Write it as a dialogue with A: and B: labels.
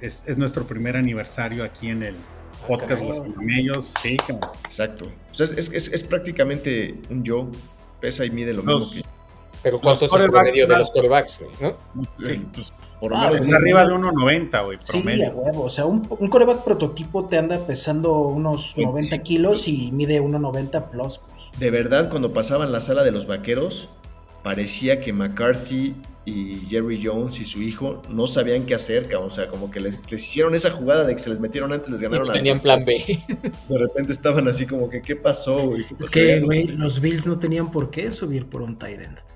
A: es, es nuestro primer aniversario aquí en el podcast Los Camellos. Sí, cabrón.
B: Exacto. O sea, es, es- es prácticamente un yo. Pesa y mide lo mismo
A: Los-
B: que.
C: Pero ¿cuánto
A: Los
C: es el
A: quarterbacks
C: promedio de
A: más-
C: los quarterbacks, güey, ¿no?
B: eh, pues, por lo
D: Ah,
B: menos
A: Es
B: dice-
A: arriba de 1.90, güey,
D: Sí, a
A: promedio.
D: huevo. O sea, un, un coreback prototipo te anda pesando unos 90
B: 25.
D: kilos y mide 1,90 plus. pues.
B: De verdad, cuando pasaban la sala de los vaqueros, parecía que McCarthy y Jerry Jones y su hijo no sabían qué hacer, cabrón. O sea, como que les, les hicieron esa jugada de que se les metieron antes, les
C: Y
B: ganaron
C: no
B: la
C: tenían plan B.
B: De repente estaban así como que, ¿qué pasó, güey? ¿Qué
D: Es
B: pasó?
D: que,
B: Ya no
D: güey,
B: sé.
D: los Bills no tenían por qué subir por un tight end.